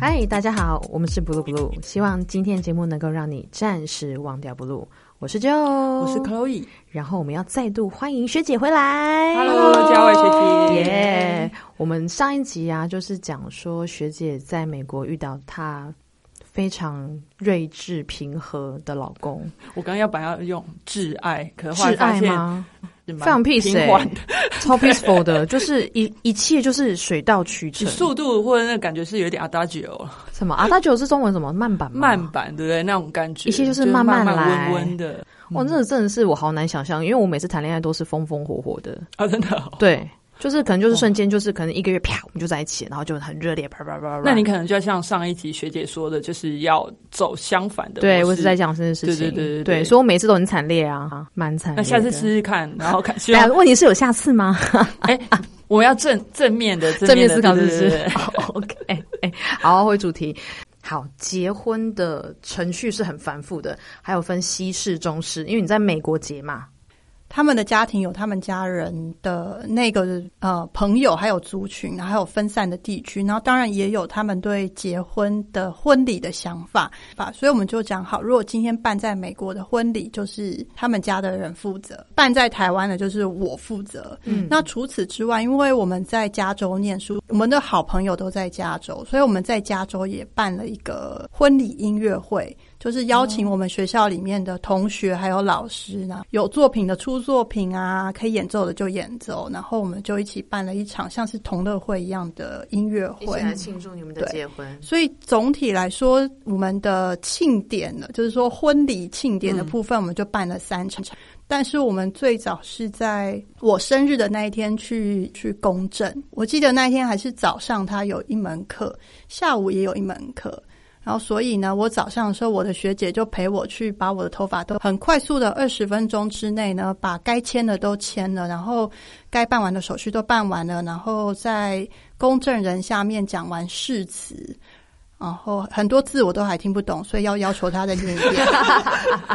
嗨，大家好，我们是 Blue Blue，希望今天节目能够让你暂时忘掉 Blue。我是 Joe，我我是 Chloe，然后我们要再度欢迎学姐回来。 Hello，嘉伟学姐耶我们上一集啊，就是讲说学姐在美国遇到她非常睿智平和的老公，我刚刚要把它用挚爱，可是后来挚发爱现吗？也蛮非常 peace 欸平缓的，超 peaceful 的，就是一一切就是水到渠成。速度或者那感觉是有点 adagio 什么啊？大九是中文什么慢版吗？慢版，对不对？那种感觉，一切就就是慢慢慢来温温的。哇，这真的是我好难想象，因为我每次谈恋爱都是风风火火的，啊，真的哦。对，就是可能就是瞬间，就是可能一个月啪我们就在一起，然后就很热烈，啪啪啪啪。那你可能就像上一集学姐说的，就是要走相反的。对我模一直式在讲这件事情，对对对对对所以我每次都很惨烈啊，蛮惨烈那的。下次试试看，然后看，希对啊，望问题是有下次吗？哎，我们要正正面的正面的思考是不对是对对 对对？OK，哎、好，回主题。好，结婚的程序是很繁复的，还有分西式、中式，因为你在美国结嘛，他们的家庭有他们家人的那个呃朋友，还有族群，然后还有分散的地区，然后当然也有他们对结婚的婚礼的想法吧。所以我们就讲好，如果今天办在美国的婚礼，就是他们家的人负责；办在台湾的，就是我负责。嗯那除此之外，因为我们在加州念书，我们的好朋友都在加州，所以我们在加州也办了一个婚礼音乐会，就是邀请我们学校里面的同学还有老师呢，有作品的出作品啊，可以演奏的就演奏，然后我们就一起办了一场像是同乐会一样的音乐一会起。来庆祝你们的对结婚。所以总体来说，我们的庆典呢，就是说婚礼庆典的部分，我们就办了三场。但是我们最早是在我生日的那一天去去公证，我记得那一天还是早上，他有一门课，下午也有一门课。然后，所以呢，我早上的时候，我的学姐就陪我去把我的头发都很快速的二十分钟之内呢，把该签的都签了，然后该办完的手续都办完了，然后在公证人下面讲完誓词，然后很多字我都还听不懂，所以要要求他再念一 遍。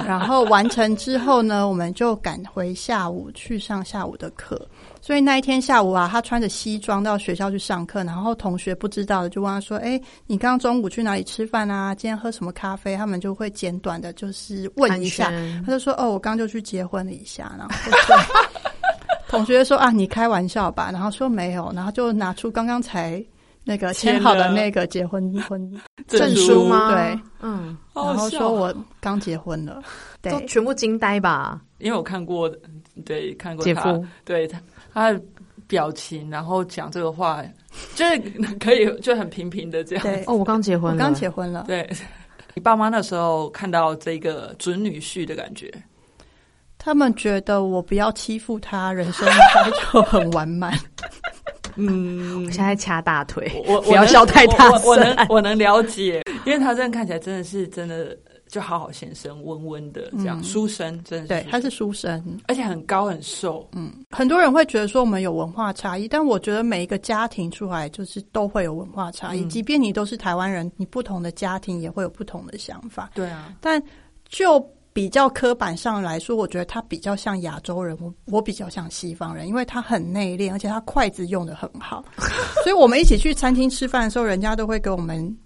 然后完成之后呢，我们就赶回下午去上下午的课。所以那一天下午啊，他穿着西装到学校去上课，然后同学不知道的就问他说：“哎，你刚刚中午去哪里吃饭啊？今天喝什么咖啡？”他们就会简短的，就是问一下寒暄，他就说：“哦，我刚就去结婚了一下。”然后就同学说：“啊，你开玩笑吧？”然后说：“没有。”然后就拿出刚刚才那个签好的签了那个结婚婚证书书吗？对，嗯，好 好然后笑哦说我刚结 婚了，对都，全部惊呆吧，因为我看过，对，看过姐他夫。对他他的表情，然后讲这个话，就是 可以就很平平的这样。对，哦，我刚结婚我了，刚结婚了，对，你爸妈那时候看到这个准女婿的感觉，他们觉得我不要欺负他，人生应该就很 完满。嗯我，现在掐大腿，我我不要能笑太大我我我声能我能了解，因为他真的看起来真的是真的就好好先生，温温的这样，嗯书生真的对是，他书是书生，而且很高很瘦，嗯很多人会觉得说我们有文化差异，但我觉得每一个家庭出来就是都会有文化差异，嗯即便你都是台湾人，你不同的家庭也会有不同的想法。对啊，但就比较刻板上来说，我觉得他比较像亚洲人，我我比较像西方人，因为他很内敛，而且他筷子用的很好， 所以我们一起去餐厅吃饭的时候，人家都会给我们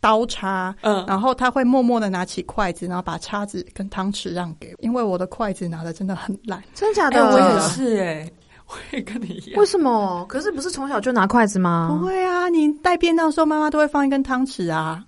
刀叉。嗯，然后他会默默的拿起筷子，然后把叉子跟汤匙让给我，因为我的筷子拿的真的很烂。真的假哎、的？我也是哎、我也跟你一样为，什么？可是不是从小就拿筷子吗？不。会啊，你带便当的时候，妈妈都会放一根汤匙啊。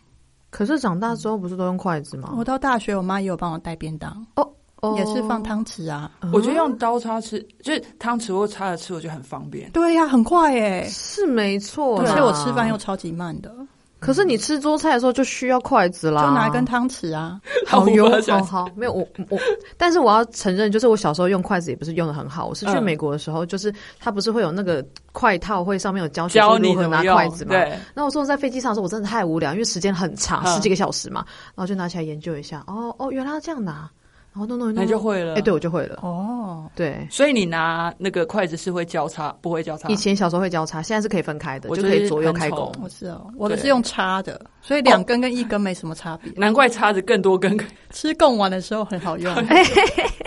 可是长大之后不是都用筷子吗我？到大学，我妈也有帮我带便当，啊哦也是放。汤匙啊。我觉得用刀叉吃，就是汤匙或叉着吃，我觉得很方便。对呀、很快哎、是啊没错啦，而啊且我吃饭又超级慢的，可是你吃桌菜的时候就需要筷子啦，就拿一根汤匙啊。好我油不要，讲好好没有我我，但是我要承认，就是我小时候用筷子也不是用的很好。我是去嗯美国的时候，就是它不是会有那个筷套，会上面有教学教说如你何怎拿么筷用子，嘛？对，那我说在飞机上的时候，我真的太无聊，因为时间很长，嗯十几个小时嘛，然后就拿起来研究一下。哦哦，原来要这样拿，然后弄弄一弄那就。会了。哎、对，我就会了。哦，对，所以你拿那个筷子是会交叉，不会交叉以。前小时候会交叉，现在是可以分开的，啊我就就可以是左右很开丑弓。我是哦，我的对是用叉的，所以哦两根跟一根没什么差别。难怪叉子更多根， 吃贡丸的时候很好用，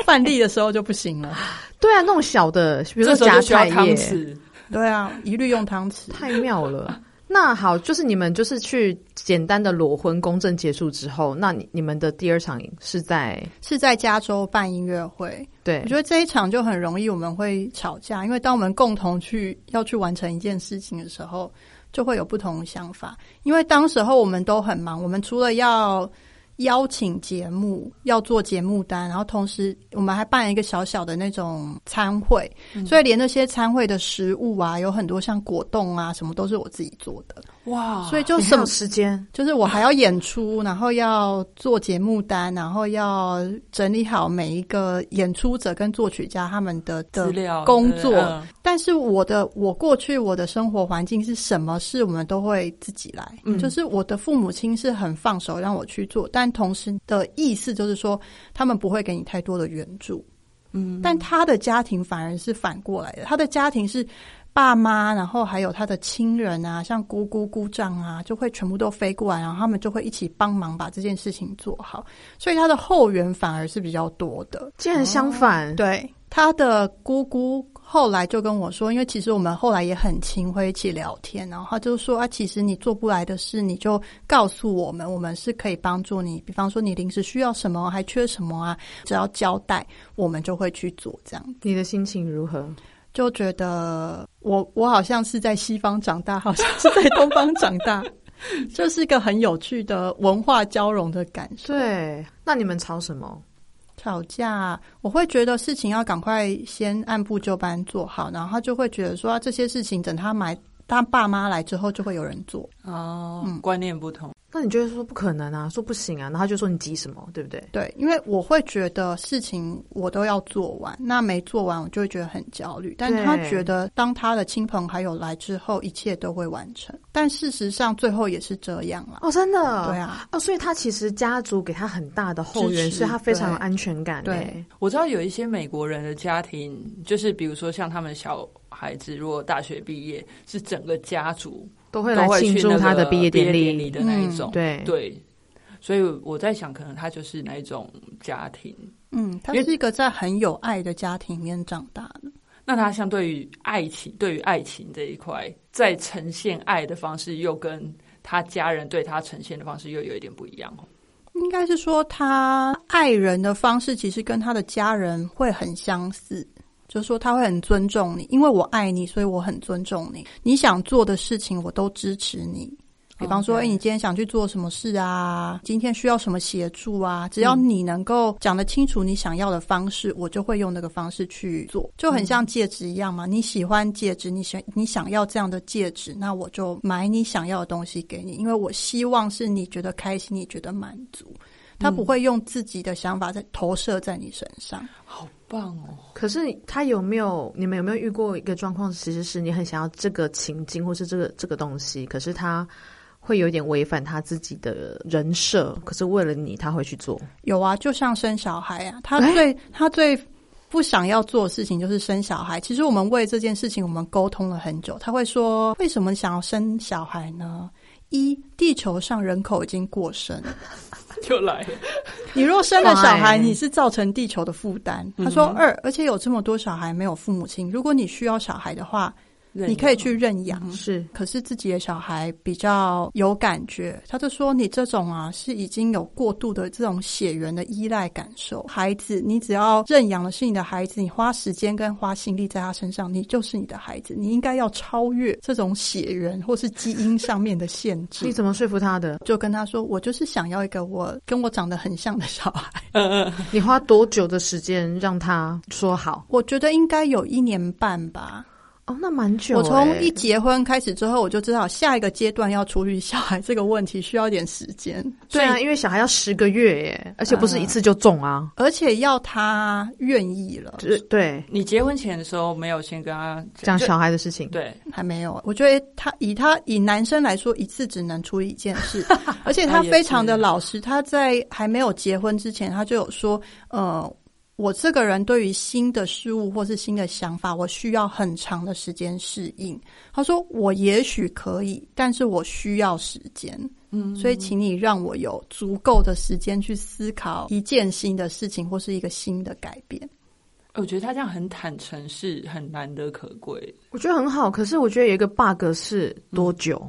饭粒的时候就不行了。对啊，那种小的，比如说这时候夹就需要菜汤叶，匙，对啊，一律用汤匙。太妙了。 那好，就是你们就是去简单的裸婚公证结束之后，那你你们的第二场是在是在加州办音乐会，对我觉得这一场就很容易我们会吵架，因为当我们共同去要去完成一件事情的时候，就会有不同的想法。因为当时候我们都很忙，我们除了要邀请节目，要做节目单，然后同时我们还办一个小小的那种餐会，所以连那些餐会的食物啊，有很多像果冻啊什么都是我自己做的，哇！所以就你什还么有时间？就是我还要演出，然后要做节目单，然后要整理好每一个演出者跟作曲家他们的资的。料工作对嗯但是我的我过去我的生活环境是什么事，我们都会自己来。嗯就是我的父母亲是很放手让我去做，但同时的意思就是说，他们不会给你太多的援助。嗯，但他的家庭反而是反过来的，他的家庭是爸妈，然后还有他的亲人啊，像姑姑、姑丈啊，就会全部都飞过来，然后他们就会一起帮忙把这件事情做好，所以他的后援反而是比较多的。竟然相反，哦对，他的姑姑后来就跟我说，因为其实我们后来也很亲，会一起聊天，然后他就说啊，其实你做不来的事，你就告诉我们，我们是可以帮助你。比方说你临时需要什么，还缺什么啊，只要交代，我们就会去做这样。你的心情如何？就觉得我我好像是在西方长大，好像是在东方长大， 这是一个很有趣的文化交融的感受。对，那你们吵什么？吵架，我会觉得事情要赶快先按部就班做好，然后他就会觉得说、啊这些事情等他买他爸妈来之后就会有人做。哦嗯，观念不同，那你就会说不可能啊，说不行啊，然后他就说你急什么，对不对？对，因为我会觉得事情我都要做完，那没做完我就会觉得很焦虑。但对他觉得当他的亲朋好友来之后，一切都会完成，但事实上最后也是这样啦。哦，真的，对啊，哦，所以他其实家族给他很大的后援，支持所以他非常有安全感。对欸，我知道有一些美国人的家庭，就是比如说像他们小孩子，如果大学毕业，是整个家族都会来都会庆去祝那他的个毕业典礼礼。嗯的那一种。对，对，所以我在想，可能他就是那一种家庭。嗯，他因为是一个在很有爱的家庭里面长大的。那他相对于爱情，对于爱情这一块，在呈现爱的方式，又跟他家人对他呈现的方式又有一点不一样哦。应该是说他爱人的方式，其实跟他的家人会很相似。就是说他会很尊重你，因为我爱你，所以我很尊重你。你想做的事情，我都支持你。比方说，哎、 OK 你今天想去做什么事啊？今天需要什么协助啊？只要你能够讲得清楚你想要的方式，我就会用那个方式去做，就很像戒指一样嘛。你喜欢戒指，你想你想要这样的戒指，那我就买你想要的东西给你，因为我希望是你觉得开心，你觉得满足。他不会用自己的想法在投射在你身上。好棒哦！可是他有没有？你们有没有遇过一个状况？其实是你很想要这个情境，或是这个这个东西，可是他会有点违反他自己的人设，可是为了你，他会去做。有啊，就像生小孩啊，他最、他最不想要做的事情就是生小孩。其实我们为这件事情我们沟通了很久，他会说为什么想要生小孩呢？一，地球上人口已经过剩， 又来了，你若生了小孩， Why？你是造成地球的负担。他说二，而且有这么多小孩没有父母亲，如果你需要小孩的话，你可以去认养。是可是自己的小孩比较有感觉，他就说你这种啊是已经有过度的这种血缘的依赖感受。孩子，你只要认养的是你的孩子，你花时间跟花心力在他身上，你就是你的孩子，你应该要超越这种血缘或是基因上面的限你制。怎么说服他的？就跟他说，我就是想要一个我跟我长得很像的小孩。你花多久的时间让他说好？我觉得应该有一年半吧。哦，那蛮久、欸。我从一结婚开始之后，我就知道下一个阶段要处理小孩这个问题需要一点时间。对啊，因为小孩要十个月耶，而且不是一次就中啊。而且要他愿意了，就是对，你结婚前的时候没有先跟他讲就小孩的事情。对，还没有。啊我觉得他以他以男生来说，一次只能处理一件事，而且啊他非常的老实。他在还没有结婚之前，他就有说，呃。我这个人对于新的事物或是新的想法，我需要很长的时间适应。他说：“我也许可以，但是我需要时间。嗯，所以请你让我有足够的时间去思考一件新的事情或是一个新的改变。 我觉得他这样很坦诚是很难得可贵。 我觉得很好，可是我觉得有一个 bug 是多久？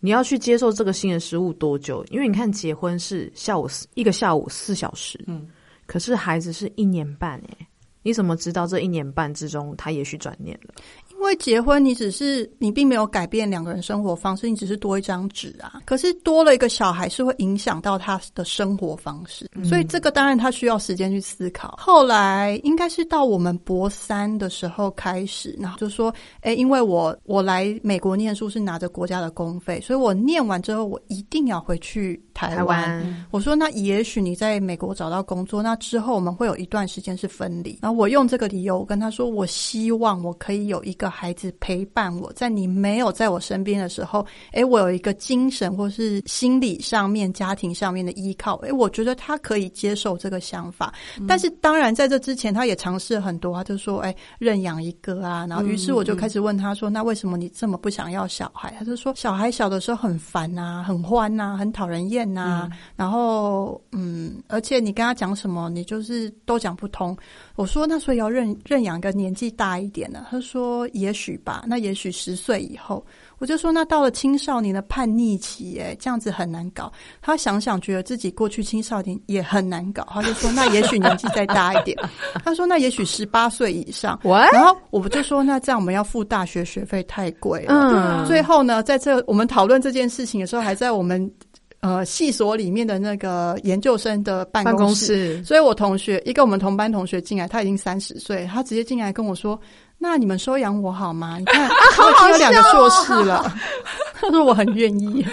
你要去接受这个新的食物多久？因为你看结婚是下午四一个下午四小时，嗯，可是孩子是一年半哎、你怎么知道这一年半之中他也许转念了？因为结婚，你只是你并没有改变两个人生活方式，你只是多一张纸啊。可是多了一个小孩，是会影响到他的生活方式，所以这个当然他需要时间去思考。后来应该是到我们博三的时候开始，然后就说，哎，因为我我来美国念书是拿着国家的公费，所以我念完之后我一定要回去台台湾。湾我说，那也许你在美国找到工作，那之后我们会有一段时间是分离。然后我用这个理由我跟他说，我希望我可以有一个孩子陪伴我，在你没有在我身边的时候，诶，我有一个精神或是心理上面、家庭上面的依靠。诶，我觉得他可以接受这个想法。但是当然，在这之前，他也尝试很多，他就说，诶，认养一个啊。然后，于是我就开始问他说，那为什么你这么不想要小孩？他就说，小孩小的时候很烦呐、很欢呐、很讨人厌啊呐、然后，嗯，而且你跟他讲什么，你就是都讲不通。我说那所以要认认养个年纪大一点的，他说也许吧，那也许十岁以后。我就说那到了青少年的叛逆期，哎，这样子很难搞。他想想觉得自己过去青少年也很难搞，他就说那也许年纪再大一点。他说那也许十八岁以上。我然后我就说那这样我们要付大学学费太贵了。嗯，最后呢，在这我们讨论这件事情的时候，还在我们呃系所里面的那个研究生的办办公公室。室所以我同学一个我们同班同学进来，他已经三十岁，他直接进来跟我说：“那你们收养我 好哦吗？”你看，我已经有两个硕士了。 他说我很愿意，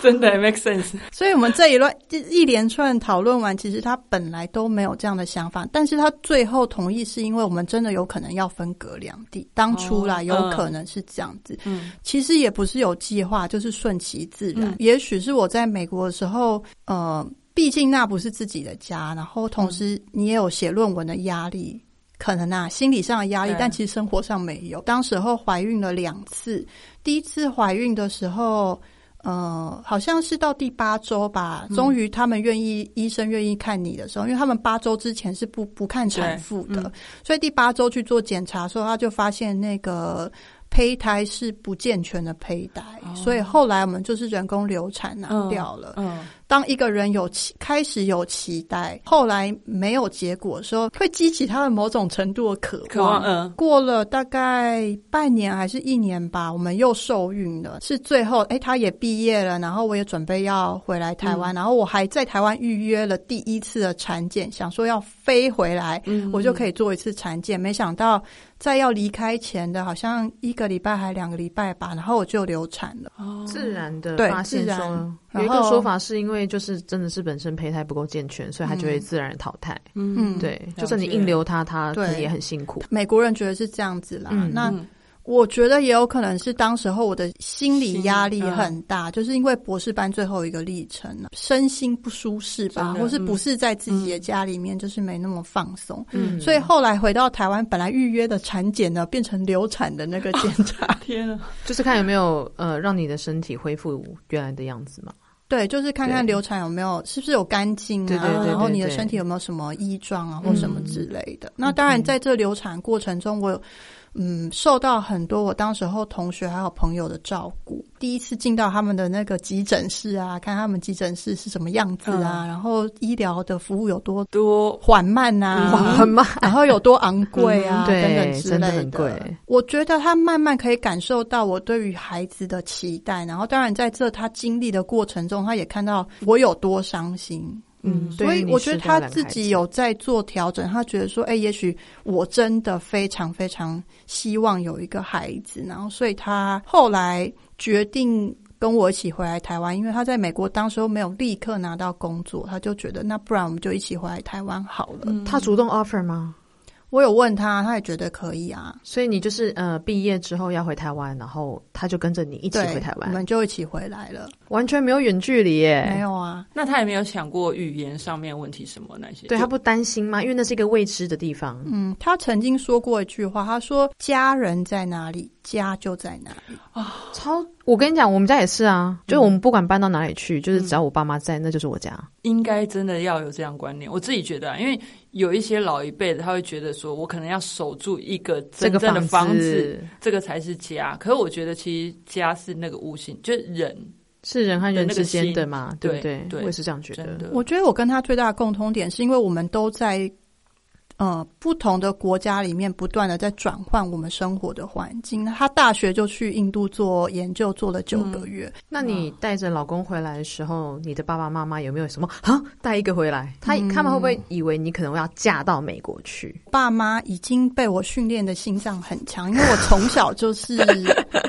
真的 make sense。所以我们这一乱这一连串讨论完，其实他本来都没有这样的想法，但是他最后同意是因为我们真的有可能要分隔两地，当初啦、哦有嗯可能是这样子，嗯其实也不是有计划，就是顺其自然。嗯也许是我在美国的时候，呃，毕竟那不是自己的家，然后同嗯时你也有写论文的压力，可能啊心理上的压力对，但其实生活上没有。当时候怀孕了两次，第一次怀孕的时候。呃，好像是到第八周吧，嗯终于他们愿意，医生愿意看你的时候，因为他们八周之前是不不看产妇的，嗯所以第八周去做检查的时候，他就发现那个胚胎是不健全的胚胎，哦所以后来我们就是人工流产拿嗯掉了。嗯，当一个人有期开始有期待，后来没有结果的时候，会激起他的某种程度的渴望。渴望嗯过了大概半年还是一年吧，我们又受孕了。是最后，哎，他也毕业了，然后我也准备要回来台嗯湾，然后我还在台湾预约了第一次的产检，想说要飞回来，嗯嗯我就可以做一次产检。没想到在要离开前的，好像一个礼拜还两个礼拜吧，然后我就流产了。哦自然的对发现自然说，有然一个后说法是因为就是真的是本身胚胎不够健全，所以它就会自然淘汰。嗯嗯对，解就算你硬留它，它对可能也很辛苦。美国人觉得是这样子啦，嗯那。嗯我觉得也有可能是当时候我的心理压力心理嗯很大，就是因为博士班最后一个历程了，身心不舒适吧，真的嗯或是不是在自己的家里面，就是没那么放松。嗯，所以后来回到台湾，本来预约的产检呢，变成流产的那个检查。天啊，就是看有没有呃让你的身体恢复原来的样子嘛。对，就是看看对流产有没有是不是有干净啊，对对对对然后你的对身体有没有什么异状啊，嗯或什么之类的。那当然，在这流产过程中，我有嗯受到很多我当时候同学还有朋友的照顾。第一次进到他们的那个急诊室啊，看他们急诊室是什么样子啊，嗯然后医疗的服务有多多缓慢啊呐、哇，嗯很慢，然后有多昂贵啊，嗯对等等之类真的很贵我觉得他慢慢可以感受到我对于孩子的期待，然后当然在这他经历的过程中，他也看到我有多伤心。嗯，所对于以你我觉得生下他两个自孩己子有在做调整，他觉得说，哎、也许我真的非常非常希望有一个孩子，然后所以他后来决定跟我一起回来台湾，因为他在美国当时候没有立刻拿到工作，他就觉得那不然我们就一起回来台湾好了。他主动 offer 吗？我有问他，他也觉得可以啊。所以你就是呃毕业之后要回台湾，然后他就跟着你一一起回台我湾。们就一起回来了。完全没有远距离耶，没有啊，那他也没有想过语言上面问题什么那些。对他就不担心吗？因为那是一个未知的地方。嗯，他曾经说过一句话，他说：“家人在哪里，家就在哪里。超，我跟你讲，我们家也是嗯啊，就是我们不管搬到哪里去，就是只要我爸妈在，那就是我家。应该真的要有这样观念。我自己觉得、啊，因为有一些老一辈的，他会觉得说，我可能要守住一个这真个正的房子，子这个才是家。可是我觉得，其实家是那个无形，就是人，是人和人之间的那个的嘛，对不对？对我也是这样觉真得。的。”我觉得我跟他最大的共通点是因为我们都在呃不同的国家里面不断的在转换我们生活的环境。他大学就去印度做研究，做了九嗯个月。那你带着老公回来的时候，你的爸爸妈妈有没有什么啊？带一个回来，他他们会不会以为你可能要嫁到美国去？爸妈已经被我训练的心脏很强，因为我从小就是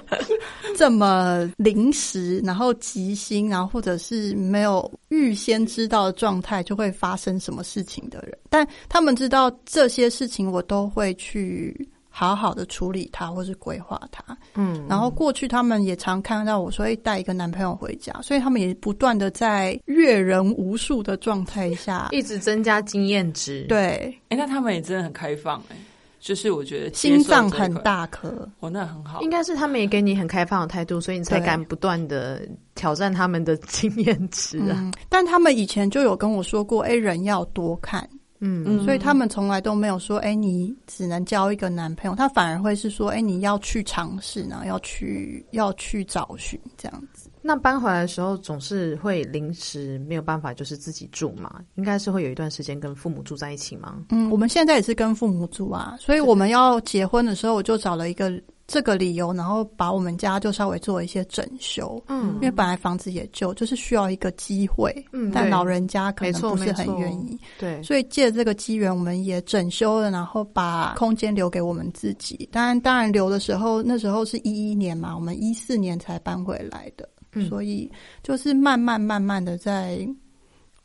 这么临时，然后急心，然后或者是没有预先知道的状态就会发生什么事情的人。但他们知道这些事情，我都会去好好的处理它，或是规划它。嗯，，然后过去他们也常看到我说会带一个男朋友回家，所以他们也不断的在阅人无数的状态下一直增加经验值。，对，哎、那他们也真的很开放哎、就是我觉得接受心脏这一块很，大颗。哦，那很好应。该是他们也给你很开放的态度，所以你才对敢不断的挑战他们的经验值啊。嗯，但他们以前就有跟我说过，哎，人要多看，嗯，所以他们从来都没有说，哎，你只能交一个男朋友，他反而会是说，哎，你要去尝试，然后要去要去找寻这样子。那搬回来的时候总是会临时没有办法，就是自己住嘛，应该是会有一段时间跟父母住在一起吗？嗯，我们现在也是跟父母住啊，所以我们要结婚的时候，我就找了一个这个理由，然后把我们家就稍微做一些整修。嗯因为本来房子也旧，就是需要一个机会，嗯但对老人家可没能错不是没很错愿意。对，所以借这个机缘，我们也整修了，然后把空间留给我们自己。当然，当然留的时候，那时候是一一年嘛，我们一四年才搬回来的，嗯所以就是慢慢慢慢的在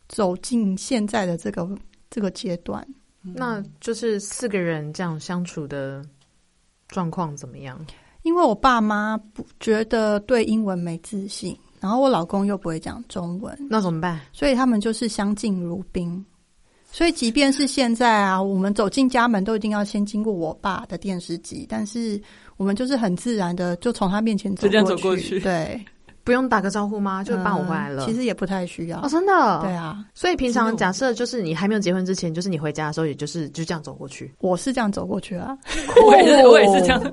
走进现在的这个这个阶段。那嗯就是四个人这样相处的状况怎么样？因为我爸妈不觉得对英文没自信，然后我老公又不会讲中文，那怎么办？所以他们就是相敬如宾。所以，即便是现在啊，我们走进家门都一定要先经过我爸的电视机，但是我们就是很自然的就从他面前走直接过走过去对，不用打个招呼吗？就搬我回来了？嗯其实也不太需要。哦，真的。对。啊，所以平其实常我假设就是你还没有结婚之前，就是你回家的时候，也就是就这样走过去。我是这样走过去啊。 我也是，我也是这样。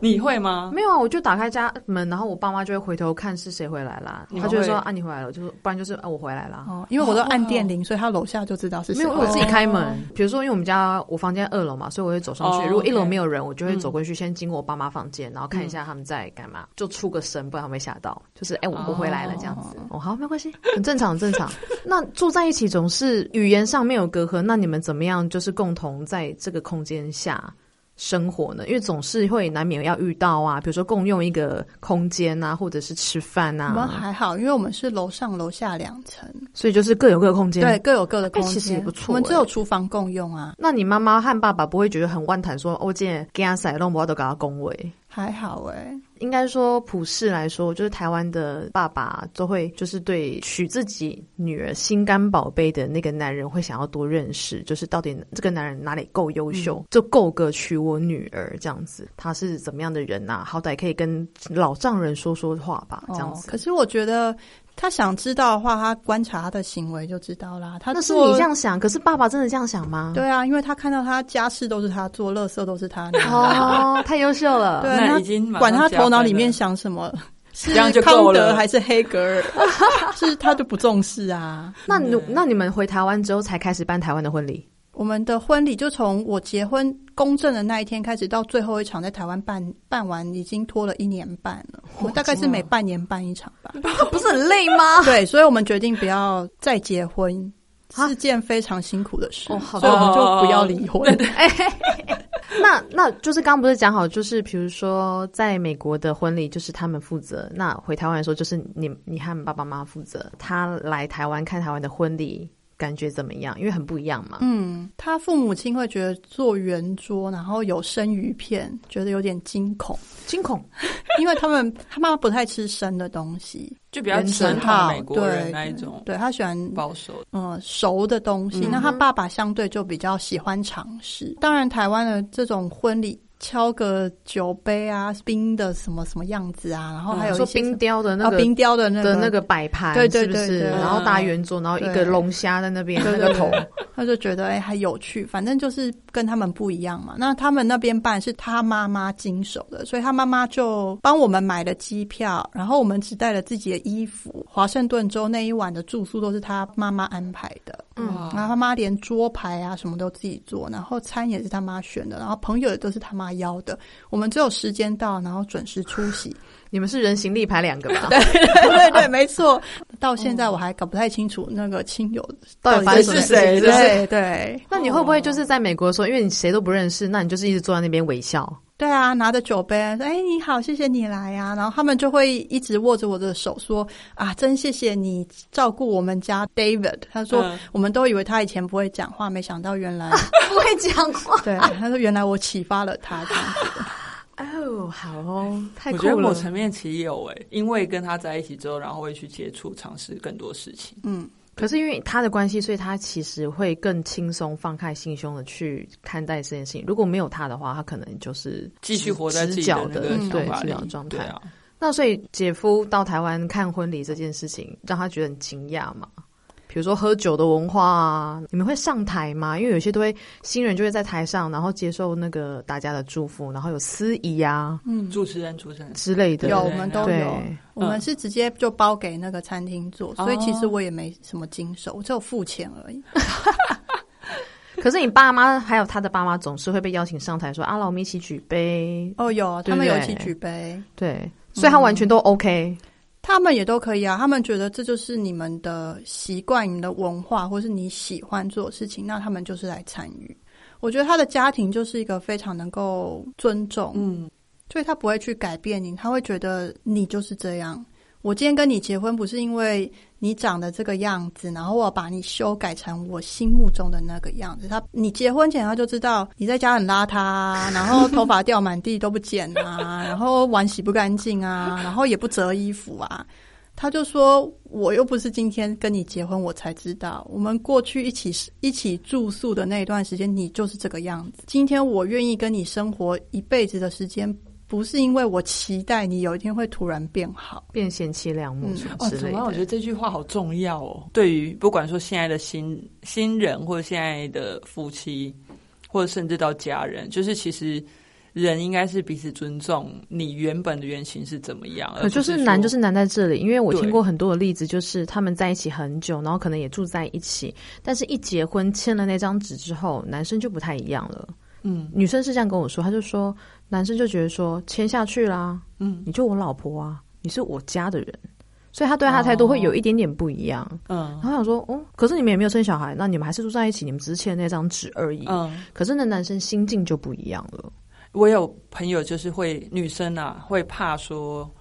你会吗？没有啊，我就打开家门，然后我爸妈就会回头看是谁回来啦。你他就会会说啊，你回来了，就是不然就是啊，我回来啦。哦，因为我都按电铃，所以他楼下就知道是没谁。有，我自己哦开门。比如说，因为我们家我房间二楼嘛，所以我会走上去。哦如果一楼 OK 没有人，我就会走过去，先经过我爸妈房间，然后看一下他们在干嘛，就出个声，不然他们会吓到。就是哎、我我回来了这样子。哦，好，没关系，很正常，很正常。那住在一起总是语言上没有隔阂，那你们怎么样就是共同在这个空间下？生活呢？因为总是会难免要遇到啊，比如说共用一个空间啊，或者是吃饭我们啊，还好，因为我们是楼上楼下两层，所以就是各有各的空间。对，，各有各的空间，其实也不错我们只哎有厨房共用啊，那你妈妈和爸爸不会觉得很万谈说，哦我今天给他塞弄，我都给他恭维。还好哎、应该说，普世来说，就是台湾的爸爸都会，就是对娶自己女儿心肝宝贝的那个男人，会想要多认识，就是到底这个男人哪里够优嗯秀，就够个娶我女儿这样子，他是怎么样的人呐、好歹可以跟老丈人说说话吧，这样哦子。可是我觉得他想知道的话，他观察他的行为就知道啦。他那是做你这样想，可是爸爸真的这样想吗？。对啊，因为他看到他家事都是他做，垃圾都是他拿。哦，太优秀了。 对啊那那已经马上管他加分头脑里了面想什么，是这样就康够德了还是黑格尔，是他就不重视啊。那你那你们回台湾之后才开始办台湾的婚礼？我们的婚礼就从我结婚公证的那一天开始，到最后一场在台湾办办完，已经拖了一年半了。我们大概是每半年办一场 吧。不是很累 吗？对，所以我们决定不要再结婚，啊是件非常辛苦的事，哦好所以我们就哦不要离婚。那那就是刚刚不是讲好，就是比如说在美国的婚礼就是他们负责，那回台湾的时候就是你你和爸爸妈妈负责。他来台湾看台湾的婚礼，感觉怎么样？因为很不一样嘛。嗯，他父母亲会觉得做圆桌，然后有生鱼片，觉得有点惊恐，惊恐，因为他们他妈妈不太吃生的东西，就比较原传生统号美国人对那一种对他喜欢保守。嗯熟的东西。嗯哼那他爸爸相对就比较喜欢尝试。当然，台湾的这种婚礼。敲个酒杯啊，冰的什么什么样子啊，然后还有一些哦说什冰么雕的那啊个冰雕的那个的那个摆盘，对对是不对是？对然后大圆桌，然后一个对龙虾在那边，对那对个头，他就觉得哎、还有趣，反正就是跟他们不一样嘛。那他们那边办是他妈妈经手的，所以他妈妈就帮我们买了机票，然后我们只带了自己的衣服。华盛顿州那一晚的住宿都是他妈妈安排的，嗯，哇然后他妈连桌牌啊什么都自己做，然后餐也是他妈选的，然后朋友也都是他妈邀的。我们只有时间到，然后准时出席。你们是人形立牌两个吧？对对，没错。到现在我还搞不太清楚那个亲友到底发生什么是事情？谁对就是对哦对。那你会不会就是在美国的时候，因为你谁都不认识，那你就是一直坐在那边微笑？对啊，拿着酒杯，说：“哎，你好，谢谢你来呀、然后他们就会一直握着我的手说：“啊，真谢谢你照顾我们家 David。”他说：“嗯我们都以为他以前不会讲话，没想到 原来，不会讲话对，他说原来我启发了他。”这样子，哦，好哦，太我酷觉得某了。层面其实有诶、因为跟他在一起之后，然后会去接触、尝试更多事情。嗯，可是因为他的关系，所以他其实会更轻松、放开心胸的去看待这件事情。如果没有他的话，他可能就是继续活在自直己角那的嗯个想法对里直角状态对啊，那所以姐夫到台湾看婚礼这件事情，让他觉得很惊讶嘛？比如说喝酒的文化啊，你们会上台吗？因为有些都会新人就会在台上，然后接受那个大家的祝福，然后有司仪啊主持人、主持人之类的。嗯有对我们都对嗯有，我们是直接就包给那个餐厅做，所以其哦实我也没什么经手，我只有付钱而已。可是你爸妈还有他的爸妈总是会被邀请上台说啊，让我们一起举杯。哦，有，对他们有一对起举杯。对，所以他完全都 OK。他们也都可以啊，他们觉得这就是你们的习惯、你们的文化，或是你喜欢做的事情，那他们就是来参与。我觉得他的家庭就是一个非常能够尊重，嗯，所以他不会去改变你，他会觉得你就是这样。我今天跟你结婚，不是因为你长得这个样子，然后我把你修改成我心目中的那个样子。他，你结婚前他就知道你在家很邋遢啊，然后头发掉满地都不剪啊，然后碗洗不干净啊，然后也不折衣服啊。他就说：“我又不是今天跟你结婚，我才知道。我们过去一起一起住宿的那一段时间，你就是这个样子。今天我愿意跟你生活一辈子的时间，不是因为我期待你有一天会突然变好。变贤妻良母嗯什么哦，之怎类么？我觉的，得这句话好重要哦。对于不管说现在的新新人，或者现在的夫妻，或者甚至到家人，就是其实人应该是彼此尊重你原本的原型是怎么样。可就是难，就是是难在这里，因为我对听过很多的例子，就是他们在一起很久，然后可能也住在一起，但是一结婚签了那张纸之后，男生就不太一样了。嗯女生是这样跟我说，她就说男生就觉得说签下去啦，嗯你就我老婆啊，你是我家的人，所以他对他的态度会有一点点不一样。嗯然后想说，哦，可是你们也没有生小孩，那你们还是住在一起，你们只是签了那张纸而已。嗯，可是那男生心境就不一样了。我有朋友就是会女生啊，会怕说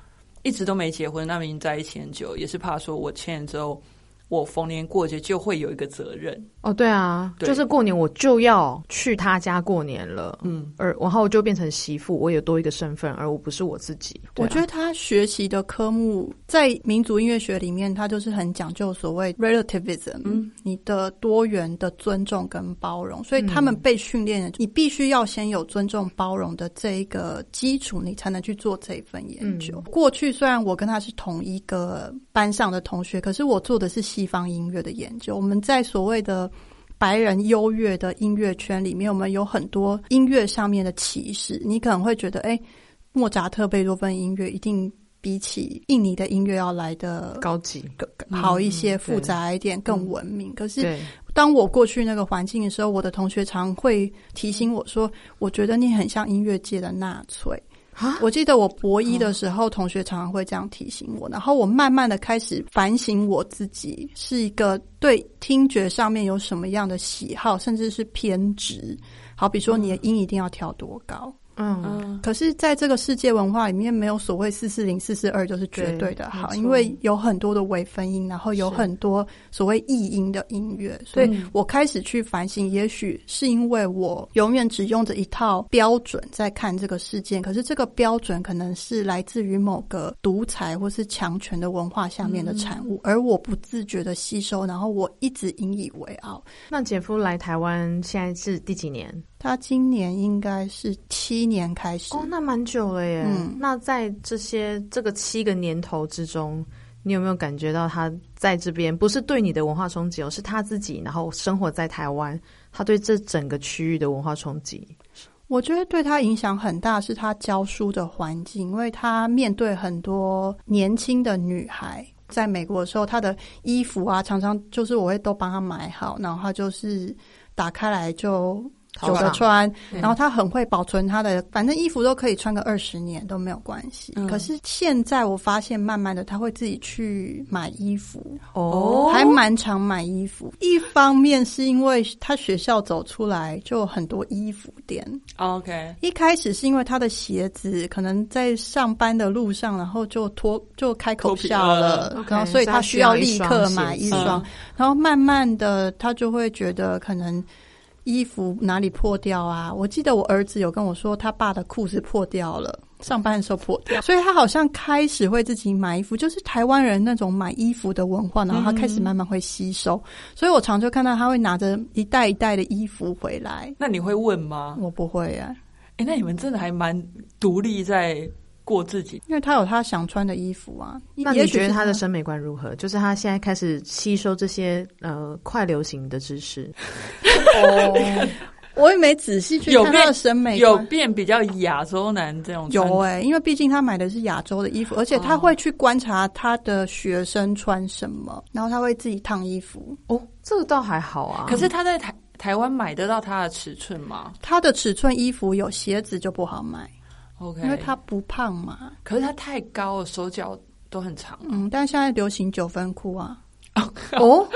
一直都没结婚，那明明在一起很久，也是怕说我签了之后，我逢年过节就会有一个责任。哦，对啊，对就是过年我就要去他家过年了，嗯，而然后我就变成媳妇，我有多一个身份，而我不是我自己。对我啊觉得他学习的科目在民族音乐学里面，他就是很讲究所谓 relativism，、嗯你的多元的尊重跟包容。嗯所以他们被训练，你必须要先有尊重包容的这一个基础，你才能去做这一份研究。嗯过去虽然我跟他是同一个班上的同学，可是我做的是西方音乐的研究。我们在所谓的白人优越的音乐圈里面，我们有很多音乐上面的歧视。你可能会觉得，哎，莫扎特、贝多芬音乐一定比起印尼的音乐要来的高级，好一些、嗯复杂一点、更文明。可是对，当我过去那个环境的时候，我的同学常会提醒我说：“我觉得你很像音乐界的纳粹。”我记得我博一的时候，同学常常会这样提醒我，然后我慢慢的开始反省我自己，是一个对听觉上面有什么样的喜好，甚至是偏执。好比说，你的音一定要调多高，嗯，嗯，可是，在这个世界文化里面，没有所谓四四零、四四二就是绝对的对好，没错因为有很多的微分音，然后有是很多所谓异音的音乐，所以嗯我开始去反省，也许是因为我永远只用着一套标准在看这个事件，可是这个标准可能是来自于某个独裁或是强权的文化下面的产物，而我不自觉的吸收，然后我一直引以为傲。那姐夫来台湾现在是第几年？他今年应该是七年开始，哦，那蛮久了耶。嗯那在这些这个七个年头之中，你有没有感觉到他在这边不是对你的文化冲击哦，是他自己，然后生活在台湾，他对这整个区域的文化冲击？我觉得对他影响很大是他教书的环境，因为他面对很多年轻的女孩。在美国的时候，他的衣服啊，常常就是我会都帮他买好，然后他就是打开来就淘久着宝穿，嗯然后他很会保存他的，反正衣服都可以穿个二十年都没有关系。嗯可是现在我发现，慢慢的他会自己去买衣服，哦，还蛮常买衣服。一方面是因为他学校走出来就有很多衣服店，哦 OK，一开始是因为他的鞋子可能在上班的路上，然后就脱就开口笑脱了皮，了然后所以 OK，他需要立所以他刻买需要一一双双，然后慢慢的他就会觉得可能。衣服哪里破掉啊？我记得我儿子有跟我说，他爸的裤子破掉了，上班的时候 破掉，所以他好像开始会自己买衣服，就是台湾人那种买衣服的文化，嗯然后他开始慢慢会吸收，所以我常就看到他会拿着一袋一袋的衣服回来。那你会问吗？我不会啊，哎、那你们真的还蛮独立在过自己。因为他有他想穿的衣服啊。那也你许是觉得他的审美观如何？就是他现在开始吸收这些呃快流行的知识，哦， 我也没仔细去有看他的审美有观。变比较亚洲男这种穿有哎、因为毕竟他买的是亚洲的衣服，哦而且他会去观察他的学生穿什么，然后他会自己烫衣服。哦，这个倒还好啊。可是他在台台湾买得到他的尺寸吗他的尺寸衣服有鞋子就不好买， ？OK，因为他不胖嘛。可是他太高了，手脚都很长。嗯，但现在流行九分裤啊。 哦，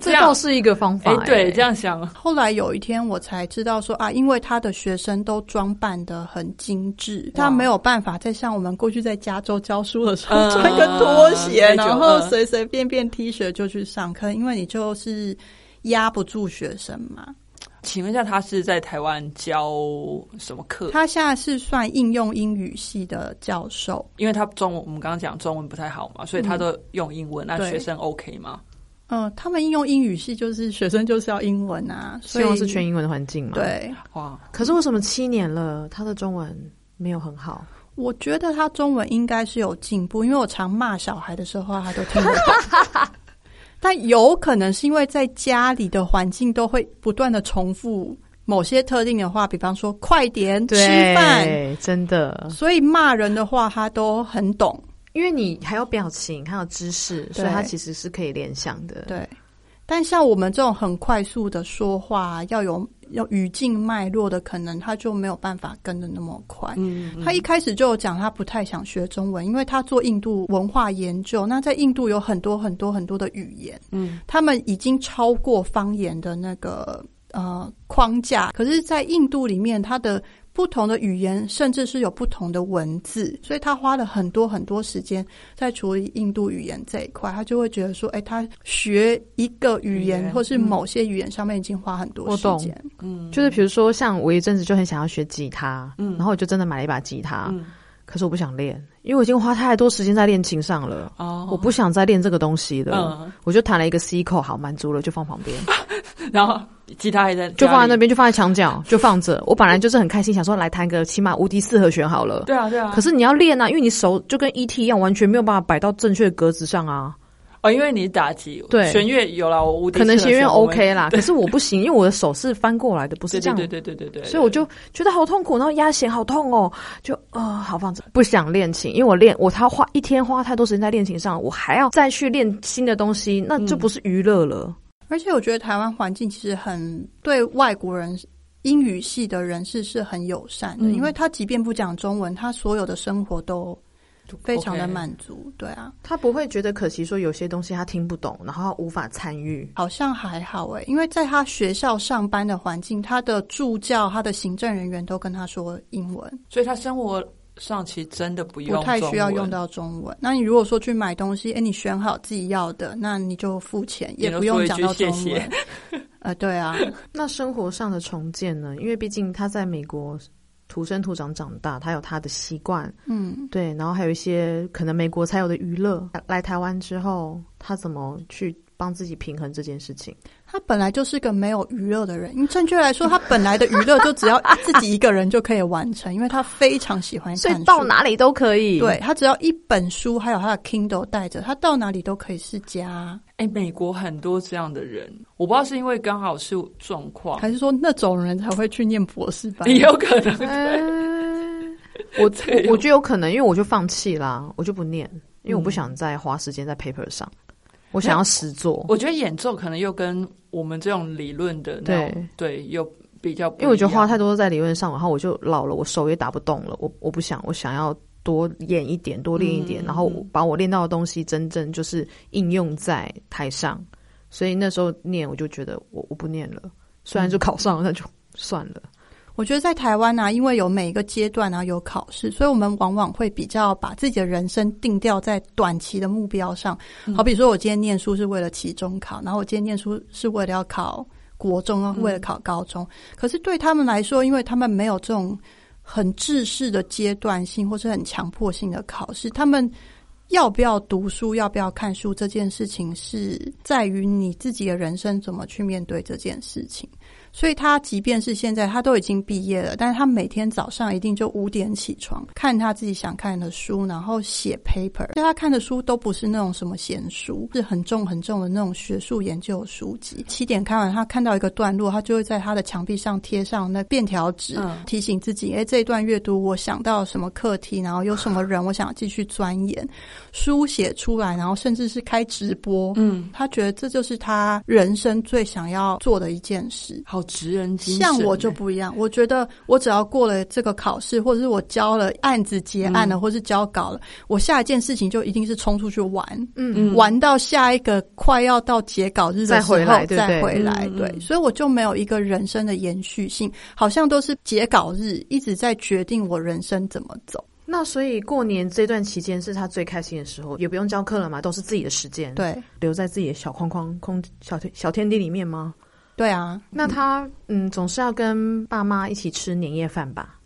这这样倒是一个方法、哎、哎对，这样想后来有一天我才知道说啊，因为他的学生都装扮的很精致，哇他没有办法再像我们过去在加州教 书的时候、嗯穿个拖鞋，嗯然后嗯随随便便 T 恤就去上课，因为你就是压不住学生嘛。请问一下，他是在台湾教什么课？他现在是算应用英语系的教授，因为他中文，我们刚刚讲中文不太好嘛，所以他都用英文。嗯那对学生 OK 吗？嗯、他们应用英语系就是学生就是要英文啊，所希以望是全英文的环境嘛。。对。哇，可是为什么七年了，他的中文没有很好？我觉得他中文应该是有进步，因为我常骂小孩的时候，他都听不懂。但有可能是因为在家里的环境都会不断的重复某些特定的话，比方说“快点吃饭对，真”，的，所以骂人的话他都很懂。因为你还有表情，还有知识，所以对它其实是可以联想的。对，但像我们这种很快速的说话，要有要语境脉络的，可能他就没有办法跟的那么快。嗯，他一开始就有讲他不太想学中文，因为他做印度文化研究。那在印度有很多很多很多的语言，嗯，他们已经超过方言的那个呃框架。可是，在印度里面，它的不同的语言甚至是有不同的文字，所以他花了很多很多时间在处理印度语言这一块。他就会觉得说，哎，他学一个语语言言或是某些语言上面已经花很多我时懂间。嗯就是比如说，像我有一阵子就很想要学吉他，嗯然后我就真的买了一把吉他，嗯可是我不想练，因为我已经花太多时间在练琴上了，哦，我不想再练这个东西了。嗯，我就弹了一个 C 扣，好满足了，就放旁 边，然后吉他还在，就放在那。边，就放在墙角，就放着。我本来就是很开心，想说来弹个起码无敌四和弦好了。对啊，对啊。可是你要练啊，因为你手就跟 ET 一样，完全没有办法摆到正确的格子上啊。哦，因为你打击对弦乐有了，我无敌可能四弦的乐时候 OK 啦，可是我不行，因为我的手是翻过来的，不我会是对这样，对对对对对对，所以我就觉得好痛苦，然后压弦好痛哦，就呃好放着，不想练琴，因为我练我他花一天花太多时间在练琴上，我还要再去练新的东西，那就不是娱乐了。而且我觉得台湾环境其实很对外国人英语系的人士是很友善的，嗯因为他即便不讲中文，他所有的生活都非常的满足。对啊，他不会觉得可惜，说有些东西他听不懂，然后无法参与。好像还好诶、因为在他学校上班的环境，他的助教、他的行政人员都跟他说英文，所以他生活上其实真的不用不太需要中文用，到中文。那你如果说去买东西，哎，你选好自己要的，那你就付钱，也也不用说一讲句到中文。谢谢 呃，对啊，那生活上的重建呢？因为毕竟他在美国土生土长长大，他有他的习惯，嗯，对，然后还有一些可能美国才有的娱乐。来台湾之后，他怎么去帮自己平衡这件事情？他本来就是个没有娱乐的人。因为正确来说，他本来的娱乐就只要自己一个人就可以完成，因为他非常喜欢看所书。以到哪里都可以。对，他只要一本书，还有他的 Kindle 带着，他到哪里都可以是家。哎、美国很多这样的人，我不知道是因为刚好是状哦况，还是说那种人才会去念博士班？也有可能 嗯，我哦我我觉得有可能，因为我就放弃啦，我就不念，因嗯为我不想再花时间在 paper 上，我想要实做。我觉得演奏可能又跟我们这种理论的那种对又比较不一样，因为我觉得花太多在理论上，然后我就老了，我手也打不动了，我我不想，我想要多练一点，多练一点，嗯然后我把我练到的东西真正就是应用在台上。所以那时候念，我就觉得我我不念了，虽然就考上了，那就算了。我觉得在台湾啊，因为有每一个阶段啊有考试，所以我们往往会比较把自己的人生定调在短期的目标上。嗯好比说，我今天念书是为了期中考，然后我今天念书是为了要考国中啊，为了考高中。可是对他们来说，因为他们没有这种很制式的阶段性或是很强迫性的考试，他们。要不要读书，要不要看书，这件事情是在于你自己的人生怎么去面对这件事情。所以他即便是现在他都已经毕业了，但是他每天早上一定就五点起床，看他自己想看的书，然后写 paper。所以他看的书都不是那种什么闲书，是很重很重的那种学术研究书籍。七点看完，他看到一个段落，他就会在他的墙壁上贴上那便条纸，嗯提醒自己：哎，这一段阅读我想到什么课题，然后有什么人我想继续钻研，书写出来，然后甚至是开直播。嗯，他觉得这就是他人生最想要做的一件事。好职人精神欸，像我就不一样，我觉得我只要过了这个考试，或者是我交了案子结案嗯了，或是交稿了，我下一件事情就一定是冲出去玩，嗯，嗯玩到下一个快要到结稿日的再时候回来对不再对回来，嗯对嗯所以我就没有一个人生的延续性，好像都是结稿日一直在决定我人生怎么走。那所以过年这段期间是他最开心的时候，也不用教课了嘛，都是自己的时间，，对，留在自己的小框框、空小天小天地里面吗？对啊，那他嗯，总是要跟爸妈一起吃年夜饭吧？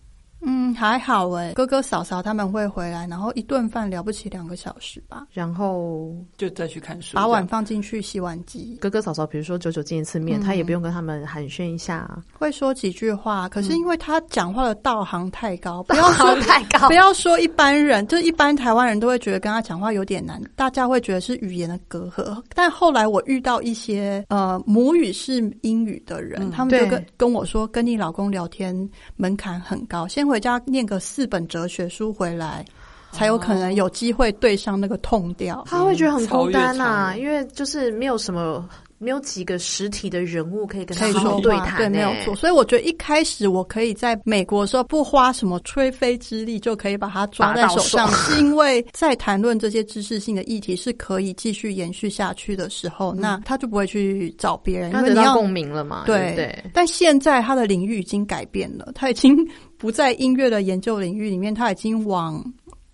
嗯，还好诶、哥哥嫂嫂他们会回来，然后一顿饭了不起两个小时吧，然后就再去看书，把碗放进去洗碗机，哥哥嫂嫂，比如说久久见一次面，嗯他也不用跟他们寒暄一 下，啊会说几句话，可是嗯因为他讲话的道行太 高，不不要说。太高 不。要说一般人，就是一般台湾人都会觉得跟他讲话有点难，大家会觉得是语言的隔阂。但后来我遇到一些呃母语是英语的人，嗯他们就对跟跟我说，跟你老公聊天门槛很高，先回家念个四本哲学书回来，才有可能有机会对上那个痛调。他会觉得很孤单呐、嗯超越常啊，人因为就是没有什么，没有几个实体的人物可以跟可他以好说好对话谈、欸对，没有错。。所以我觉得一开始我可以在美国的时候不花什么吹飞之力就可以把它抓在手上，拔到是因为在谈论这些知识性的议题是可以继续延续下去的时候，那他就不会去找别人，嗯因他为得你到要共鸣了嘛？对对不对？但现在他的领域已经改变了，他已经 不在音乐的研究领域里面，他已经往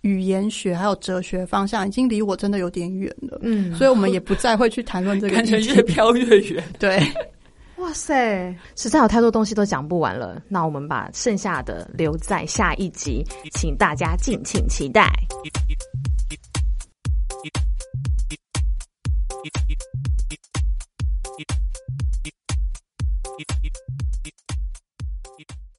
语言学还有哲学方向，已经离我真的有点远了。嗯，所以我们也不再会去谈论这个感觉议越题。飘越远。对，哇塞，实在有太多东西都讲不完了。那我们把剩下的留在下一集，请大家敬请期待。